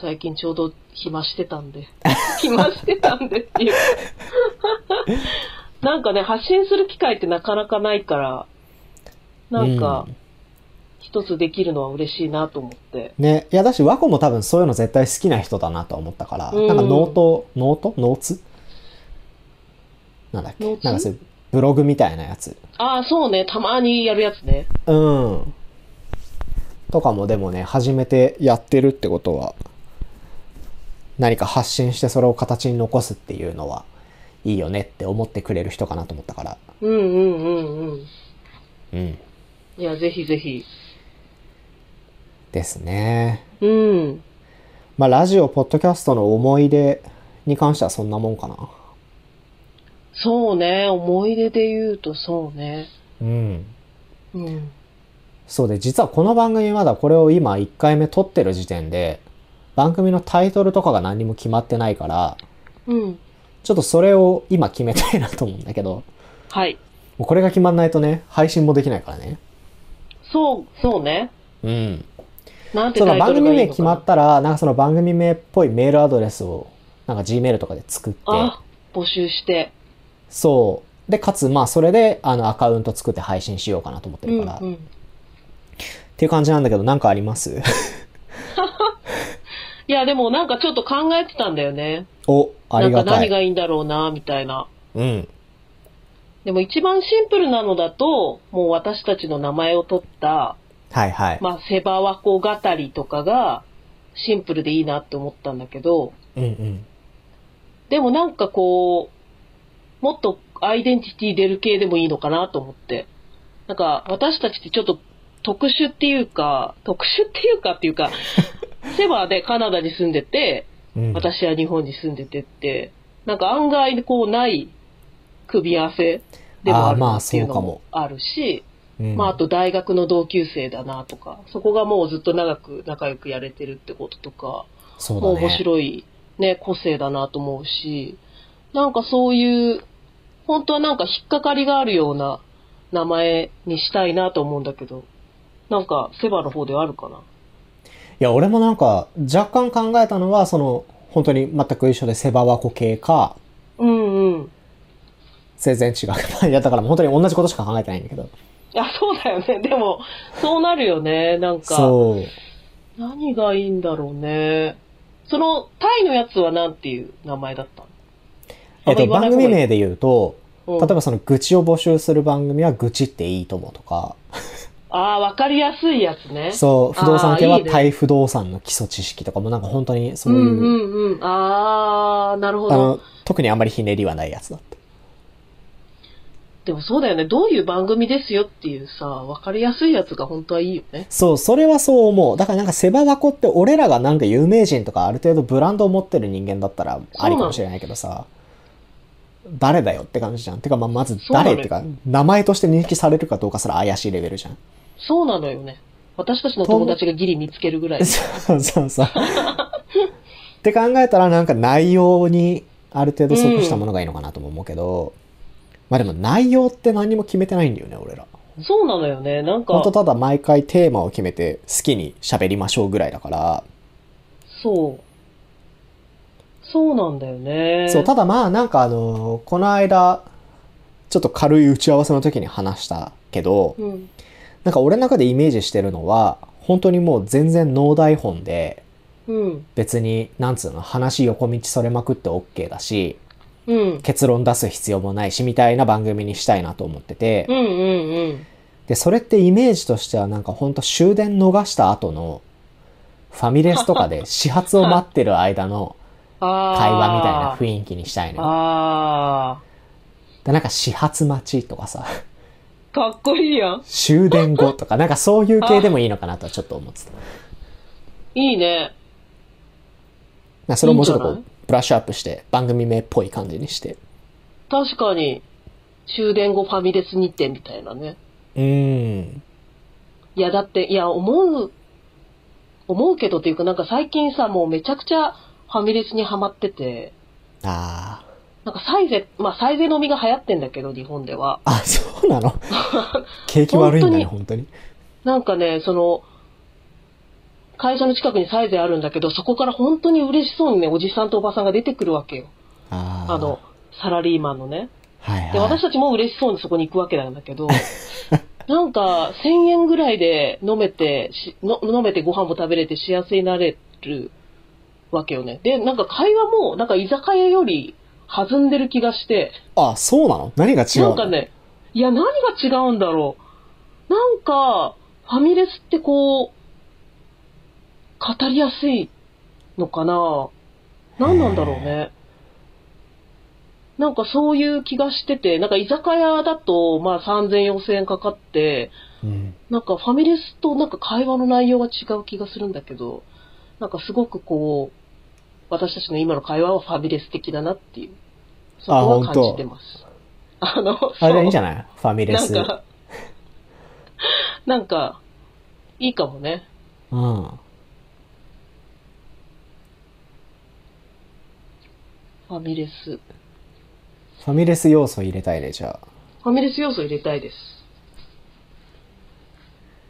Speaker 2: 最近ちょうど暇してたんで。 暇してたんでっていう。 なんかね、発信する機会ってなかなかないから、なんか
Speaker 1: う、
Speaker 2: 一つできるのは嬉しいなと思って。
Speaker 1: ね。いや、だし、和子も多分そういうの絶対好きな人だなとは思ったから、
Speaker 2: うん
Speaker 1: なんかノート、ノートノーツなんだっけ
Speaker 2: ノーツ
Speaker 1: なんかそういうブログみたいなやつ。
Speaker 2: ああ、そうね。たまにやるやつね。
Speaker 1: うん。とかもでもね、初めてやってるってことは、何か発信してそれを形に残すっていうのは、いいよねって思ってくれる人かなと思ったから。
Speaker 2: うんうんうんうん。
Speaker 1: うん。
Speaker 2: いや、ぜひぜひ。
Speaker 1: ですね。
Speaker 2: うん。
Speaker 1: まあ、ラジオ、ポッドキャストの思い出に関してはそんなもんかな。
Speaker 2: そうね。思い出で言うとそうね。
Speaker 1: うん。
Speaker 2: うん。
Speaker 1: そうで、実はこの番組まだこれを今1回目撮ってる時点で、番組のタイトルとかが何も決まってないから、
Speaker 2: うん。
Speaker 1: ちょっとそれを今決めたいなと思うんだけど、
Speaker 2: はい。
Speaker 1: もうこれが決まんないとね、配信もできないからね。
Speaker 2: そう、そうね。
Speaker 1: うん。
Speaker 2: なんて
Speaker 1: そ
Speaker 2: タ
Speaker 1: の
Speaker 2: イト
Speaker 1: 番
Speaker 2: ル
Speaker 1: 組
Speaker 2: がい
Speaker 1: 名
Speaker 2: いの
Speaker 1: 決
Speaker 2: か
Speaker 1: ま
Speaker 2: な
Speaker 1: ったら、なんかその番組名っぽいメールアドレスを、なんか Gmail とかで作って、
Speaker 2: あ、募集して。
Speaker 1: そう。で、かつ、まあ、それで、あの、アカウント作って配信しようかなと思って
Speaker 2: うん
Speaker 1: る
Speaker 2: う
Speaker 1: から、っ
Speaker 2: ん。
Speaker 1: ていう感じなんだけど、なんかあります
Speaker 2: いや、でもなんかちょっと考えてたんだよね。
Speaker 1: お、あ
Speaker 2: な
Speaker 1: り
Speaker 2: んか
Speaker 1: がた
Speaker 2: 何
Speaker 1: い。
Speaker 2: がいいんだろうな、みたいな。
Speaker 1: うん。
Speaker 2: でも一番シンプルなのだと、もう私たちの名前を取った、
Speaker 1: はいはい。
Speaker 2: まあ、セバワコ語りとかが、シンプルでいいなって思ったんだけど、
Speaker 1: うんうん。
Speaker 2: でもなんかこう、もっとアイデンティティ出る系でもいいのかなと思って。なんか私たちってちょっと特殊っていうか、特殊っていうかってい うか、セバでカナダに住んでて、
Speaker 1: うん、
Speaker 2: 私は日本に住んでてって、なんか案外こうない組み合わせでもあ
Speaker 1: あー
Speaker 2: る
Speaker 1: ま
Speaker 2: な
Speaker 1: あ
Speaker 2: っていうのも
Speaker 1: そ
Speaker 2: あるし、
Speaker 1: うん
Speaker 2: まああと大学の同級生だなとか、そこがもうずっと長く仲良くやれてるってこととか、
Speaker 1: そう
Speaker 2: もう
Speaker 1: だね。
Speaker 2: 面白い、ね、個性だなと思うし、なんかそういう、本当はなんか引っかかりがあるような名前にしたいなと思うんだけど、なんかセバの方ではあるかな。
Speaker 1: いや、俺もなんか、若干考えたのは、その、本当に全く一緒で、セバワコ系か、
Speaker 2: うんうん。
Speaker 1: 全然違う。まあいや、だから本当に同じことしか考えてないんだけど。
Speaker 2: あ、そうだよね。で も、そうなるよね。なんか、
Speaker 1: そう。
Speaker 2: 何がいいんだろうね。その、タイのやつはなんていう名前だったの
Speaker 1: えっと、
Speaker 2: あんま
Speaker 1: 番
Speaker 2: 言わ
Speaker 1: 組
Speaker 2: ない方がいい
Speaker 1: 名で言うと、
Speaker 2: うん
Speaker 1: 例えばその愚痴を募集する番組は愚痴っていいともとか、
Speaker 2: ああ、わかりやすいやつね。
Speaker 1: そう、不動産系
Speaker 2: あー
Speaker 1: はい
Speaker 2: いね
Speaker 1: 対不動産の基礎知識とかもなんか本当にそう
Speaker 2: う
Speaker 1: いう、
Speaker 2: んうんうん。ああ、なるほ
Speaker 1: あ
Speaker 2: ど。
Speaker 1: の、特にあんまりひねりはないやつだった。
Speaker 2: でもそうだよね。どういう番組ですよっていうさ、わかりやすいやつが本当はいいよね。
Speaker 1: そう、それはそう思う。だからなんかセバ箱って俺らがなんか有名人とかある程度ブランドを持ってる人間だったらありかもしれないけどさ、誰だよって感じじゃん。てかまあまず誰ってか、名前として認識されるかどうかすら怪しいレベルじゃん。
Speaker 2: そうなのよね。私たちの友達がギリ見つけるぐら い。
Speaker 1: そうそうそう。って考えたらなんか内容にある程度即したものがいいのかなとも思うけど、まあでも内容って何も決めてないんだよね、俺ら。
Speaker 2: そうなのよね。なん
Speaker 1: ほん
Speaker 2: か
Speaker 1: と、ただ毎回テーマを決めて好きに喋りましょうぐらいだから、
Speaker 2: そう。そうなんだよね。
Speaker 1: そう、ただまあなんかあの、この間、ちょっと軽い打ち合わせの時に話したけど、
Speaker 2: うん。
Speaker 1: なんか俺の中でイメージしてるのは、本当にもう全然ノー台本で、
Speaker 2: うん。
Speaker 1: 別に、なんつうの、話横道それまくって OK だし、
Speaker 2: うん。
Speaker 1: 結論出す必要もないし、みたいな番組にしたいなと思ってて
Speaker 2: うんう、んうん。
Speaker 1: で、それってイメージとしてはなんかほんと終電逃した後の、ファミレスとかで始発を待ってる間の
Speaker 2: ああ。
Speaker 1: 会話みたいな雰囲気にしたいのよ。
Speaker 2: あ
Speaker 1: で、なんか始発待ちとかさ、
Speaker 2: あ。かっこいいやん。
Speaker 1: 終電後とか、なんかそういう系でもいいのかなとはちょっと思ってた。
Speaker 2: いいね。
Speaker 1: なんかそれをもうちょっとこ
Speaker 2: いいん
Speaker 1: う
Speaker 2: じ、
Speaker 1: ブラッシュアップして、番組名っぽい感じにして。
Speaker 2: 確かに。終電後ファミレスにてみたいなね。
Speaker 1: うーん。
Speaker 2: いや、だって、いや、思う、思うけどっていうか、なんか最近さ、もうめちゃくちゃファミレスにハマってて、
Speaker 1: あ
Speaker 2: なんかサイゼ、まあサイゼ飲みが流行ってんだけど、日本では。
Speaker 1: あ。あ、そうなの景気悪いんだね、本当に。
Speaker 2: なんかね、その、会社の近くにサイゼあるんだけど、そこから本当に嬉しそうにね、おじさんとおばさんが出てくるわけよ。
Speaker 1: ああ。
Speaker 2: あの、、サラリーマンのね。
Speaker 1: はいはい。
Speaker 2: で、私たちも嬉しそうにそこに行くわけなんだ けど、なんか、1000円ぐらいで飲めてしの、飲めてご飯も食べれて幸せになれるわけよね。で、なんか会話も、なんか居酒屋より弾んでる気がして、
Speaker 1: あ、そうなの何が違う
Speaker 2: な
Speaker 1: の
Speaker 2: んかね、いや、何が違うんだろう。なんか、ファミレスってこう、語りやすいのかな何なんだろうね。なんかそういう気がしてて、なんか居酒屋だと、まあ3000、4000円かかって、
Speaker 1: うん。
Speaker 2: なんかファミレスとなんか会話の内容が違う気がするんだけど、なんかすごくこう、私たちの今の会話はファミレス的だなっていう、そ
Speaker 1: あ
Speaker 2: こは
Speaker 1: 本
Speaker 2: 感
Speaker 1: 当
Speaker 2: じてます。あの、
Speaker 1: あれいいんじ
Speaker 2: そう
Speaker 1: ゃないファミレ
Speaker 2: なん
Speaker 1: ス。
Speaker 2: か、なんか、いいかもね。
Speaker 1: うん。
Speaker 2: ファミレス。
Speaker 1: ファミレス要素入れたいね、じゃあ。
Speaker 2: ファミレス要素入れたいです。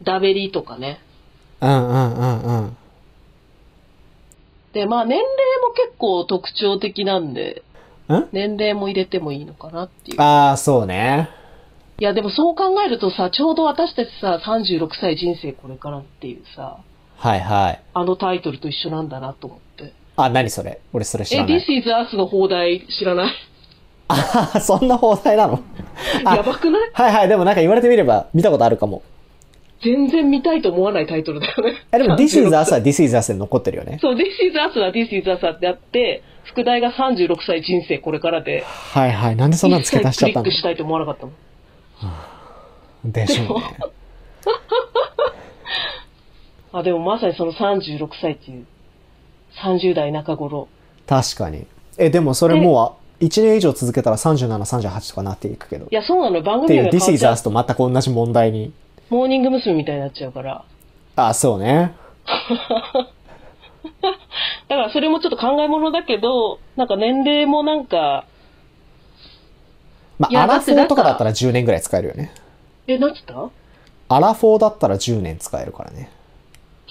Speaker 2: ダベリとかね。
Speaker 1: うんうんうんうん。
Speaker 2: で、まあ年齢も結構特徴的なんで、
Speaker 1: ん
Speaker 2: 年齢も入れてもいいのかなっていう。
Speaker 1: ああ、そうね。
Speaker 2: いやでもそう考えるとさ、ちょうど私たちさ、36歳人生これからっていうさ、
Speaker 1: はいはい。
Speaker 2: あのタイトルと一緒なんだなと思って。
Speaker 1: あ、何それ俺それ知
Speaker 2: え、
Speaker 1: らない
Speaker 2: This。is Us の放題知らない
Speaker 1: ああ、そんな放題なのあ
Speaker 2: やばくない
Speaker 1: はいはい、でもなんか言われてみれば見たことあるかも。
Speaker 2: 全然見たいと思わないタイトルだよね。
Speaker 1: え、でも This is
Speaker 2: 36
Speaker 1: Us は This is Us で残ってるよね。
Speaker 2: そう、This is Us は This is Us ってあって、副題が36歳人生これからで、
Speaker 1: はいはい。なんでそんなの付け足しちゃった
Speaker 2: 一切ク
Speaker 1: の
Speaker 2: リックしたいと思わなかったもん。
Speaker 1: でしょうね。
Speaker 2: あ、でもまさにその36歳っていう、30代中頃。
Speaker 1: 確かに。え、でもそれもう1年以上続けたら37、38とかなっていくけど。っ
Speaker 2: いや、そうなのよ番
Speaker 1: て
Speaker 2: 組
Speaker 1: い
Speaker 2: 名
Speaker 1: う
Speaker 2: が変
Speaker 1: This
Speaker 2: わっ
Speaker 1: is
Speaker 2: ちゃう
Speaker 1: Us と全く同じ問題に。
Speaker 2: モーニング娘。みたいになっちゃうから。
Speaker 1: ああ、そうね。
Speaker 2: だからそれもちょっと考え物だけど、なんか年齢もなんか、
Speaker 1: ま
Speaker 2: い
Speaker 1: あ、
Speaker 2: や
Speaker 1: ア
Speaker 2: だ
Speaker 1: ラ
Speaker 2: っ
Speaker 1: フ
Speaker 2: て
Speaker 1: ォ
Speaker 2: なん
Speaker 1: ー
Speaker 2: か
Speaker 1: とかだったら10年ぐらい使えるよね。
Speaker 2: え、なんつった
Speaker 1: アラフォーだったら10年使えるからね。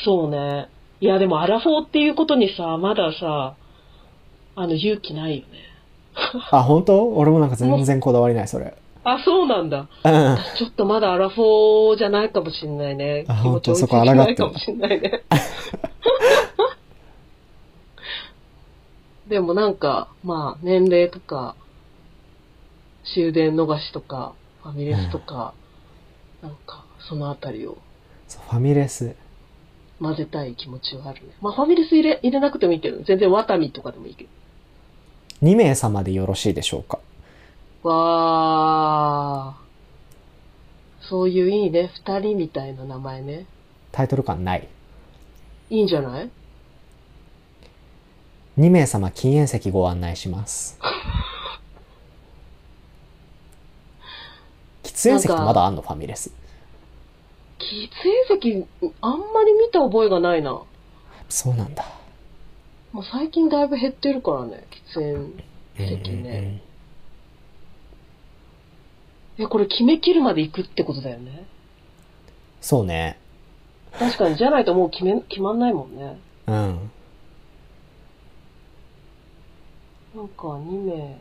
Speaker 2: そうね。いや、でもアラフォーっていうことにさ、まださ、あの、勇気ないよね。
Speaker 1: あ、本当俺もなんか全然こだわりない、それ。
Speaker 2: あ、そうなんだ。
Speaker 1: うん。
Speaker 2: ちょっとまだアラフォーじゃないかもしんないね。
Speaker 1: あ
Speaker 2: 気持ち
Speaker 1: ほんとそこ
Speaker 2: 追いついてな
Speaker 1: 抗っ
Speaker 2: いか
Speaker 1: てん
Speaker 2: も
Speaker 1: だ
Speaker 2: しんないね。 でもなんか、まあ、年齢とか、終電逃しとか、ファミレスとか、なんか、そのあたりを
Speaker 1: そうファミレス。
Speaker 2: 混ぜたい気持ちはあるね。まあ、ファミレス入れ、入れなくてもいいけど、全然ワタミとかでもいいけど。
Speaker 1: 2名様でよろしいでしょうか。
Speaker 2: わあ。そういういいね、二人みたいな名前ね。
Speaker 1: タイトル感ない。
Speaker 2: いいんじゃない
Speaker 1: 2名様禁煙席ご案内します。喫煙席ってまだあんのファミレス。
Speaker 2: 喫煙席、あんまり見た覚えがないな。も
Speaker 1: そうなんだ。
Speaker 2: う最近だいぶ減ってるからね、喫煙。席ねえ、これ決め切るまで行くってことだよね。
Speaker 1: そうね。
Speaker 2: 確かに、じゃないともう決め、決まんないもんね。
Speaker 1: うん。
Speaker 2: なんか、2名。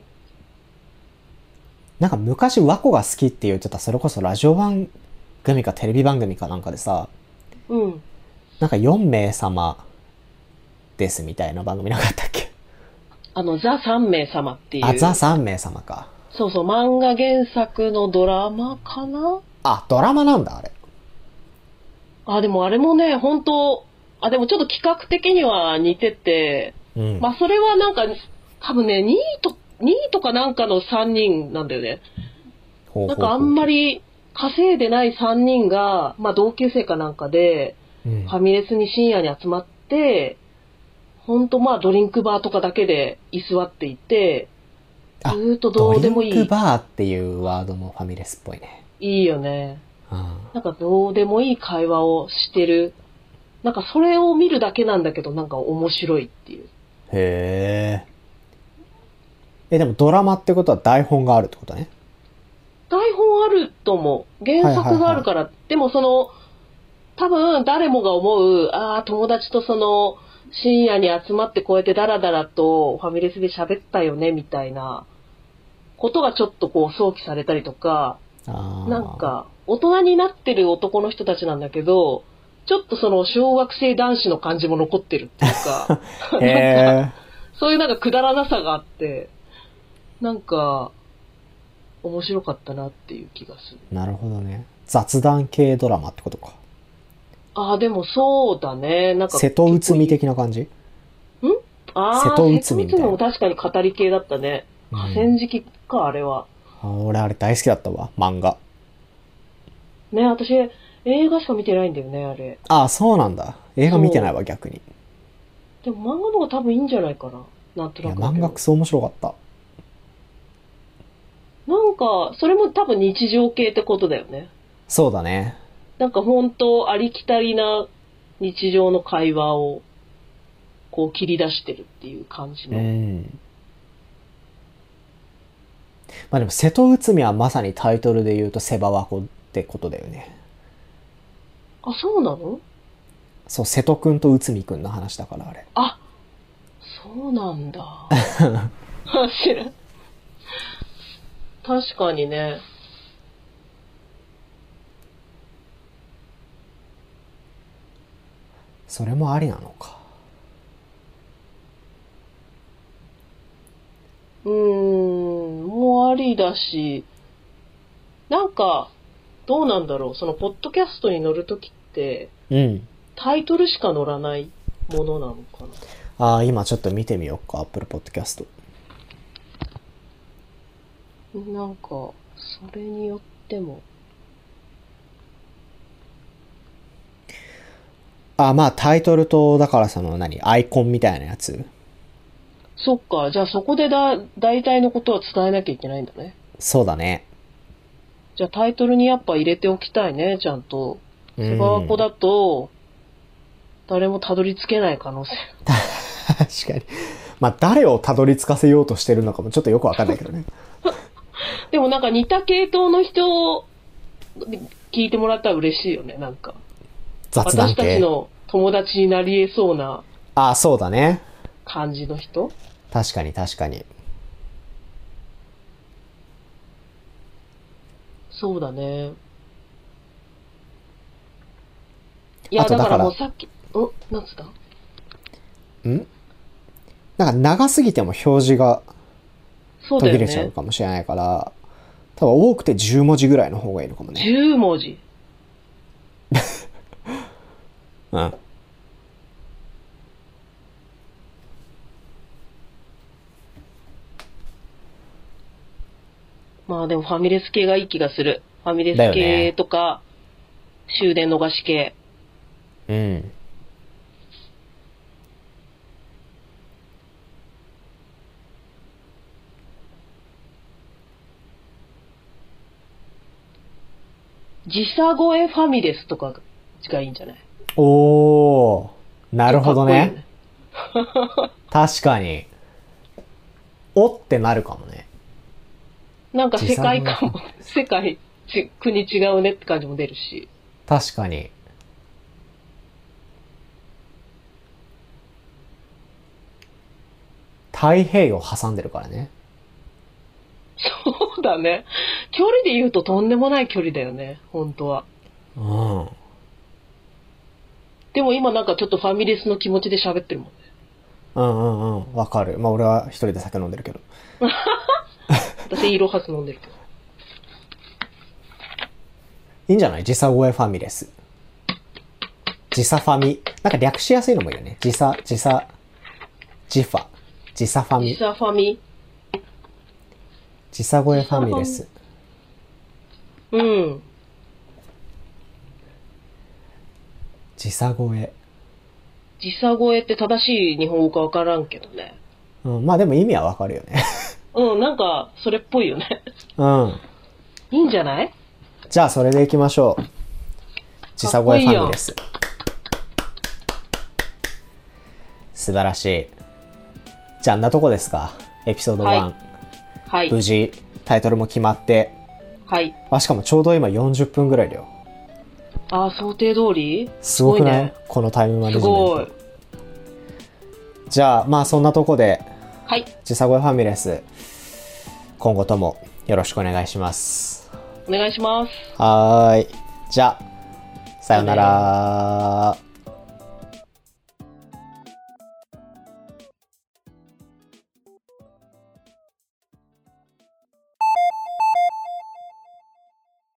Speaker 1: なんか昔和子が好きって言ってた、それこそラジオ番組かテレビ番組かなんかでさ、
Speaker 2: うん。
Speaker 1: なんか4名様ですみたいな番組なかったっけ
Speaker 2: あの、ザ3名様っていう。
Speaker 1: あ、ザ3名様か。
Speaker 2: そうそう、漫画原作のドラマかな
Speaker 1: あ、ドラマなんだ、あれ。
Speaker 2: あ、でもあれもね、本当あ、でもちょっと企画的には似てて、
Speaker 1: うん。
Speaker 2: まあそれはなんか、多分ね、2位と、2位とかなんかの3人なんだよね。
Speaker 1: ほうほうんほ
Speaker 2: な
Speaker 1: う
Speaker 2: かあんまり稼いでない3人が、まあ同級生かなんかで、
Speaker 1: うん
Speaker 2: ファミレスに深夜に集まって、ほんとまあドリンクバーとかだけで居座っていて、ず
Speaker 1: あ
Speaker 2: ーっとど
Speaker 1: ド
Speaker 2: う
Speaker 1: リ
Speaker 2: でもい
Speaker 1: ンク
Speaker 2: い。
Speaker 1: バーっていうワードもファミレスっぽいね。
Speaker 2: いいよね。
Speaker 1: うん。
Speaker 2: なんかどうでもいい会話をしてる。なんかそれを見るだけなんだけど、なんか面白いっていう。
Speaker 1: へえ。え、でもドラマってことは台本があるってことね。
Speaker 2: 台本あると思う。原作があるから。でもその、多分誰もが思う、ああ、友達とその、深夜に集まってこうやってダラダラとファミレスで喋ったよね、みたいなことがちょっとこう想起されたりとか、
Speaker 1: あー
Speaker 2: なん。か、大人になってる男の人たちなんだけど、ちょっとその小学生男子の感じも残ってるっていうか、
Speaker 1: へえ。
Speaker 2: そういうなんかくだらなさがあって、なんか、面白かったなっていう気がする。
Speaker 1: なるほどね。雑談系ドラマってことか。
Speaker 2: ああ、でもそうだね。なんか。
Speaker 1: 瀬戸内海的な感じ
Speaker 2: あー
Speaker 1: 瀬戸内海みたいな
Speaker 2: 瀬戸も確かに語り系だったね。
Speaker 1: うん
Speaker 2: 河川敷か、あれは。
Speaker 1: あ俺あれ大好きだったわ、漫画。
Speaker 2: ね、私、映画しか見てないんだよね、あれ。
Speaker 1: ああ、そうなんだ。映画見てないわ、逆に。
Speaker 2: でも漫画の方が多分いいんじゃないかな。なんと
Speaker 1: いや、
Speaker 2: なくだけ
Speaker 1: 漫
Speaker 2: ど。
Speaker 1: 画クソ面白かった。
Speaker 2: なんか、それも多分日常系ってことだよね。
Speaker 1: そうだね。
Speaker 2: なんか本当ありきたりな日常の会話を、こう切り出してるっていう感じ
Speaker 1: う
Speaker 2: の。
Speaker 1: ん。まあでも、瀬戸内海はまさにタイトルで言うと、セバワコってことだよね。
Speaker 2: あ、そうなの
Speaker 1: そう、瀬戸くんと内海くんの話だから、あれ。
Speaker 2: あ、そうなんだ。 知らん。確かにね。
Speaker 1: それもありなのか。
Speaker 2: うーん、もうありだし、なんか、どうなんだろう。その、ポッドキャストに乗るときって、
Speaker 1: うん。
Speaker 2: タイトルしか乗らないものなのかな。
Speaker 1: ああ、今ちょっと見てみようか、Apple Podcast。
Speaker 2: なんか、それによっても。
Speaker 1: あ、まあタイトルと、だからその何、アイコンみたいなやつ。
Speaker 2: そっか、じゃあそこでだ、大体のことは伝えなきゃいけないんだね。
Speaker 1: そうだね。
Speaker 2: じゃあタイトルにやっぱ入れておきたいね、ちゃんと。
Speaker 1: う
Speaker 2: セ
Speaker 1: ん
Speaker 2: バ ワコだと、誰もたどり着けない可能性。
Speaker 1: 確かに。まあ誰をたどり着かせようとしてるのかもちょっとよくわかんないけ どね。
Speaker 2: でもなんか似た系統の人を聞いてもらったら嬉しいよね、なんか。
Speaker 1: 雑談
Speaker 2: 私たち
Speaker 1: 系。
Speaker 2: の友達になり得そうな
Speaker 1: ああ、そうだね。
Speaker 2: 感じの人
Speaker 1: 確かに確かに。
Speaker 2: そうだね。いや、
Speaker 1: あとだ
Speaker 2: だか
Speaker 1: から
Speaker 2: らもうさっき、お、なんつった
Speaker 1: なんか長すぎても表示が
Speaker 2: そう
Speaker 1: 途
Speaker 2: だよ
Speaker 1: 切れちゃう
Speaker 2: ね。
Speaker 1: かもしれないから、多分多くて10文字ぐらいの方がいいのかもね。
Speaker 2: 10文字。
Speaker 1: うん。
Speaker 2: まあでもファミレス系がいい気がする。ファミレス
Speaker 1: だよ
Speaker 2: 系
Speaker 1: ね
Speaker 2: とか、終電逃し系。
Speaker 1: うん。
Speaker 2: 時差超えファミレスとかがいいんじゃない
Speaker 1: おー、なるほど
Speaker 2: かっこいいよ
Speaker 1: ね。確かに。おってなるかもね。
Speaker 2: なんか世界
Speaker 1: 時差
Speaker 2: 観も、世界、ち国違うねって感じも出るし。
Speaker 1: 確かに。太平洋挟んでるからね。
Speaker 2: そうだね。距離で言うととんでもない距離だよね、本当は。
Speaker 1: うん。
Speaker 2: でも今なんかちょっとファミレスの気持ちで喋ってるもんね。
Speaker 1: うんうんうん。わかる。まあ俺は一人で酒飲んでるけど。
Speaker 2: 私、イロハス飲んでるけど。
Speaker 1: いいんじゃない時差超えファミレス。時差ファミ。なんか略しやすいのもいいよね。時差、時差、時ファ。時差ファ
Speaker 2: 時
Speaker 1: ミ。
Speaker 2: 差ファミ。
Speaker 1: 時差超えファミレス。
Speaker 2: うん。
Speaker 1: 時差超え。
Speaker 2: 時差超えって正しい日本語かわからんけどね。
Speaker 1: うん、まあでも意味はわかるよね。
Speaker 2: うん、なんか、それっぽいよね。
Speaker 1: うん。
Speaker 2: いいんじゃない
Speaker 1: じゃあそれでいきましょう。時差超えファミレス。素晴らしい。じゃああんなとこですか。エピソード1。
Speaker 2: はは
Speaker 1: 無
Speaker 2: い。
Speaker 1: 事、タイトルも決まって。
Speaker 2: はい。
Speaker 1: あ、しかもちょうど今40分ぐらいだよ。
Speaker 2: ああ、想定通り
Speaker 1: すごくない
Speaker 2: ね。
Speaker 1: このタイムマネ
Speaker 2: す
Speaker 1: ジメント。
Speaker 2: ごい。
Speaker 1: じゃあ、まあそんなとこで、
Speaker 2: はい。
Speaker 1: 時差超えファミレス、今後ともよろしくお願いします。
Speaker 2: お願いします。
Speaker 1: はーい。じゃあ、さよなら。